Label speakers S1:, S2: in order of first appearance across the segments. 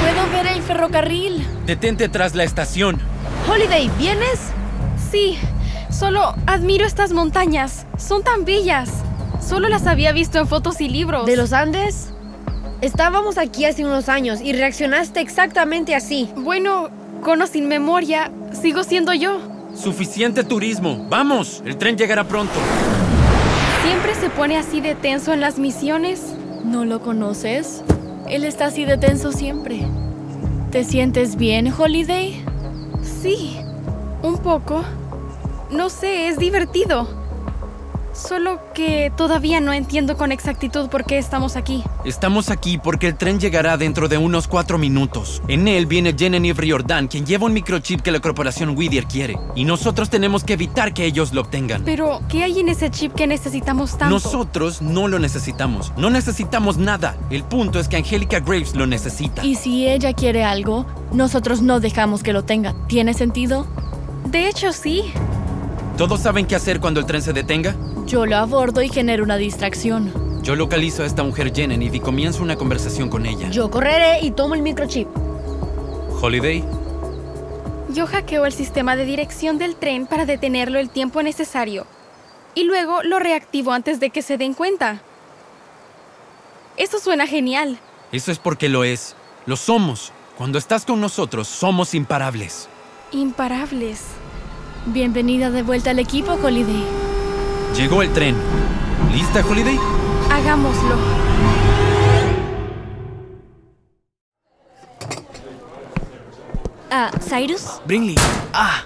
S1: Puedo ver el ferrocarril.
S2: Detente tras la estación.
S1: Holiday, ¿vienes? Sí, solo admiro estas montañas. Son tan bellas. Solo las había visto en fotos y libros.
S3: ¿De los Andes? Estábamos aquí hace unos años y reaccionaste exactamente así.
S1: Bueno, cono sin memoria, sigo siendo yo.
S2: Suficiente turismo. Vamos, el tren llegará pronto.
S1: ¿Siempre se pone así de tenso en las misiones?
S4: ¿No lo conoces? Él está así de tenso siempre. ¿Te sientes bien, Holiday?
S1: Sí, un poco. No sé, es divertido. Solo que todavía no entiendo con exactitud por qué estamos aquí.
S2: Estamos aquí porque el tren llegará dentro de unos cuatro minutos. En él viene Genevieve Riordan, quien lleva un microchip que la corporación Whittier quiere. Y nosotros tenemos que evitar que ellos lo obtengan.
S1: Pero, ¿qué hay en ese chip que necesitamos tanto?
S2: Nosotros no lo necesitamos. No necesitamos nada. El punto es que Angélica Graves lo necesita.
S4: Y si ella quiere algo, nosotros no dejamos que lo tenga. ¿Tiene sentido?
S1: De hecho, sí.
S2: ¿Todos saben qué hacer cuando el tren se detenga?
S4: Yo lo abordo y genero una distracción.
S2: Yo localizo a esta mujer Genevieve y comienzo una conversación con ella.
S3: Yo correré y tomo el microchip.
S2: Holiday,
S1: Yo hackeo el sistema de dirección del tren para detenerlo el tiempo necesario y luego lo reactivo antes de que se den cuenta. Eso suena genial.
S2: eso es porque lo es. Lo somos. Cuando estás con nosotros, somos imparables.
S1: Imparables.
S4: Bienvenida de vuelta al equipo, Holiday.
S2: Llegó el tren. ¿Lista, Holiday?
S1: Hagámoslo.
S5: Ah, Cyrus,
S2: Brinley. Ah,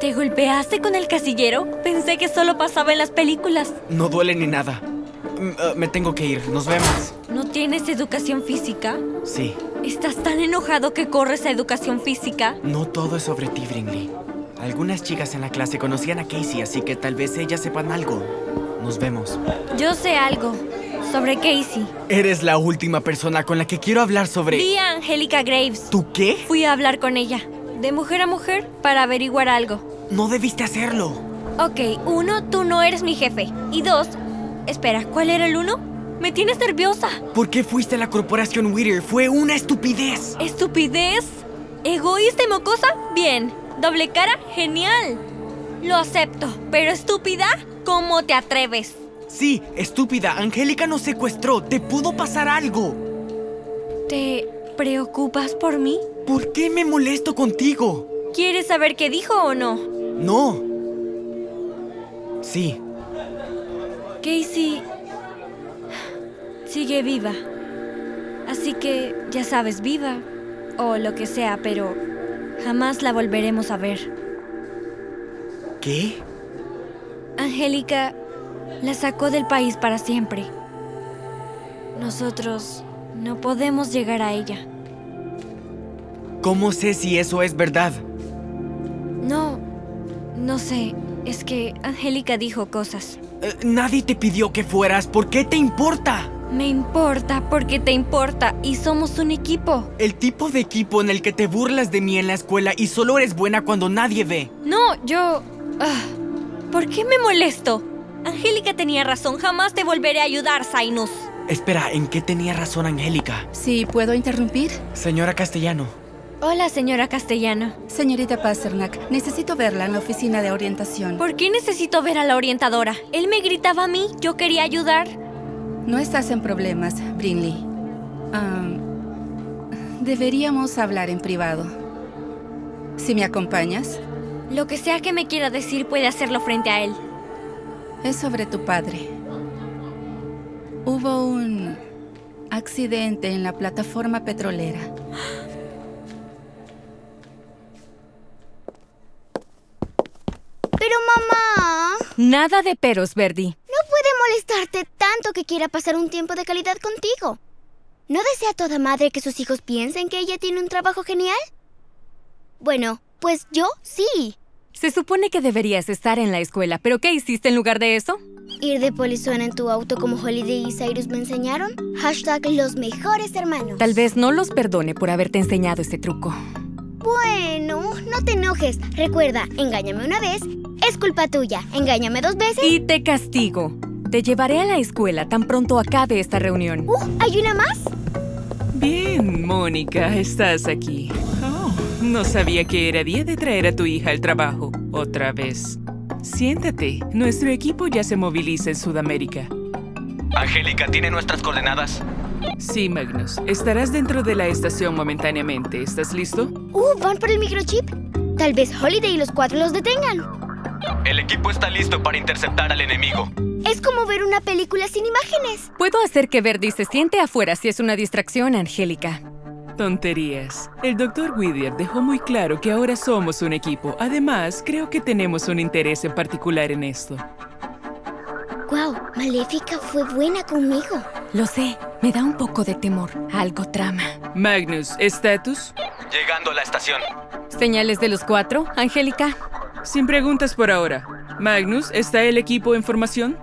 S5: ¿te golpeaste con el casillero? Pensé que solo pasaba en las películas.
S6: No duele ni nada. M- eh, me tengo que ir. Nos vemos.
S5: ¿No tienes educación física?
S6: Sí.
S5: ¿Estás tan enojado que corres a educación física?
S6: No todo es sobre ti, Brinley. Algunas chicas en la clase conocían a Casey, así que tal vez ellas sepan algo. Nos vemos.
S5: Yo sé algo sobre Casey.
S6: Eres la última persona con la que quiero hablar sobre...
S5: Vi a Angélica Graves.
S6: ¿Tú qué?
S5: Fui a hablar con ella, de mujer a mujer, para averiguar algo.
S6: No debiste hacerlo.
S5: Ok, uno, tú no eres mi jefe. Y dos, espera, ¿cuál era el uno? Me tienes nerviosa.
S6: ¿Por qué fuiste a la corporación Whittier? Fue una estupidez.
S5: ¿Estupidez? ¿Egoísta y mocosa? Bien. ¿Doble cara? Genial. Lo acepto, pero estúpida, ¿cómo te atreves?
S6: Sí, estúpida. Angélica nos secuestró. Te pudo pasar algo.
S5: ¿Te preocupas por mí?
S6: ¿Por qué me molesto contigo?
S5: ¿Quieres saber qué dijo o no?
S6: No. Sí,
S5: Casey sigue viva. Así que, ya sabes, viva. O lo que sea, pero jamás la volveremos a ver.
S6: ¿Qué?
S5: Angélica la sacó del país para siempre. Nosotros no podemos llegar a ella.
S6: ¿Cómo sé si eso es verdad?
S5: No, no sé. Es que Angélica dijo cosas.
S6: Eh, nadie te pidió que fueras. ¿Por qué te importa?
S5: Me importa porque te importa y somos un equipo.
S6: El tipo de equipo en el que te burlas de mí en la escuela y solo eres buena cuando nadie ve.
S5: No, yo... ah, ¿Por qué me molesto? Angélica tenía razón, jamás te volveré a ayudar, Sainus.
S6: Espera, ¿en qué tenía razón Angélica?
S7: Si puedo interrumpir,
S6: Señora Castellano,
S5: Hola, señora Castellano.
S8: Señorita Pasternak, necesito verla en la oficina de orientación.
S5: ¿Por qué necesito ver a la orientadora? Él me gritaba a mí, yo quería ayudar.
S8: No estás en problemas, Brinley. Ah, deberíamos hablar en privado. Si me acompañas,
S5: Lo que sea que me quiera decir puede hacerlo frente a él.
S8: es sobre tu padre. Hubo un accidente en la plataforma petrolera.
S9: Pero mamá,
S1: Nada de peros, Verdi.
S9: no puede molestarte tanto que quiera pasar un tiempo de calidad contigo. ¿No desea toda madre que sus hijos piensen que ella tiene un trabajo genial? Bueno, pues yo sí.
S1: Se supone que deberías estar en la escuela, pero ¿qué hiciste en lugar de eso?
S9: Ir de polizuela en tu auto como Holiday y Cyrus me enseñaron. Hashtag los mejores hermanos.
S1: Tal vez no los perdone por haberte enseñado este truco.
S9: Bueno, no te enojes. Recuerda, engáñame una vez, es culpa tuya. Engáñame dos veces.
S1: Y te castigo. Te llevaré a la escuela tan pronto acabe esta reunión.
S9: Uh, ¿Hay una más?
S10: Bien, Mónica, estás aquí. Oh, no sabía que era día de traer a tu hija al trabajo otra vez. Siéntate, nuestro equipo ya se moviliza en Sudamérica.
S6: Angélica, ¿tiene nuestras coordenadas?
S10: Sí, Magnus, estarás dentro de la estación momentáneamente. ¿Estás listo?
S9: Uh, van por el microchip. Tal vez Holiday y los cuatro los detengan.
S6: El equipo está listo para interceptar al enemigo.
S9: Es como ver una película sin imágenes.
S1: Puedo hacer que Verdi se siente afuera si es una distracción, Angélica.
S10: Tonterías. El Dr. Whittier dejó muy claro que ahora somos un equipo. Además, creo que tenemos un interés en particular en esto.
S9: Guau, Maléfica fue buena conmigo.
S1: Lo sé, me da un poco de temor. Algo trama.
S10: Magnus, ¿estatus?
S6: Llegando a la estación.
S1: ¿Señales de los cuatro, Angélica?
S10: Sin preguntas por ahora. Magnus, ¿está el equipo en formación?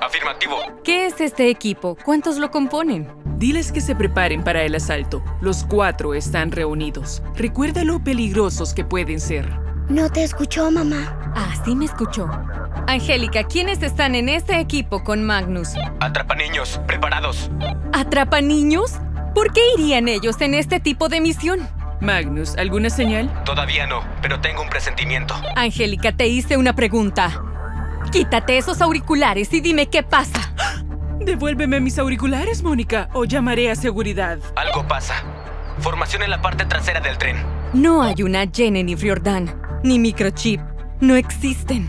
S6: Afirmativo.
S1: ¿Qué es este equipo? ¿Cuántos lo componen?
S10: Diles que se preparen para el asalto. Los cuatro están reunidos. Recuerda lo peligrosos que pueden ser.
S9: No te escuchó, mamá.
S1: Ah, sí me escuchó. Angélica, ¿quiénes están en este equipo con Magnus?
S6: Atrapa niños, preparados.
S1: ¿Atrapa niños? ¿Por qué irían ellos en este tipo de misión?
S10: Magnus, ¿alguna señal?
S6: Todavía no, pero tengo un presentimiento.
S1: Angélica, te hice una pregunta. Quítate esos auriculares y dime qué pasa.
S10: Devuélveme mis auriculares, Mónica, o llamaré a seguridad.
S6: Algo pasa. Formación en la parte trasera del tren.
S1: No hay una Jenny ni Riordan, ni microchip. No existen.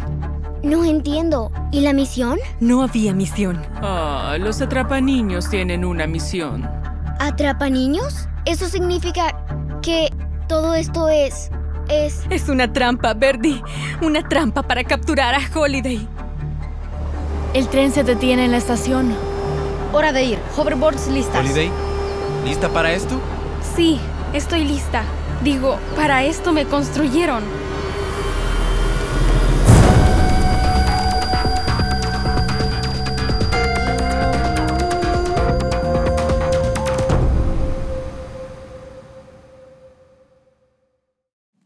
S9: No entiendo. ¿Y la misión?
S1: No había misión.
S10: Ah, los atrapaniños tienen una misión.
S9: ¿Atrapa niños? Eso significa que todo esto es... es...
S1: Es una trampa, Verdi. Una trampa para capturar a Holiday.
S11: El tren se detiene en la estación.
S3: Hora de ir. Hoverboards listas.
S2: Holiday, ¿lista para esto?
S12: Sí, estoy lista. Digo, para esto me construyeron.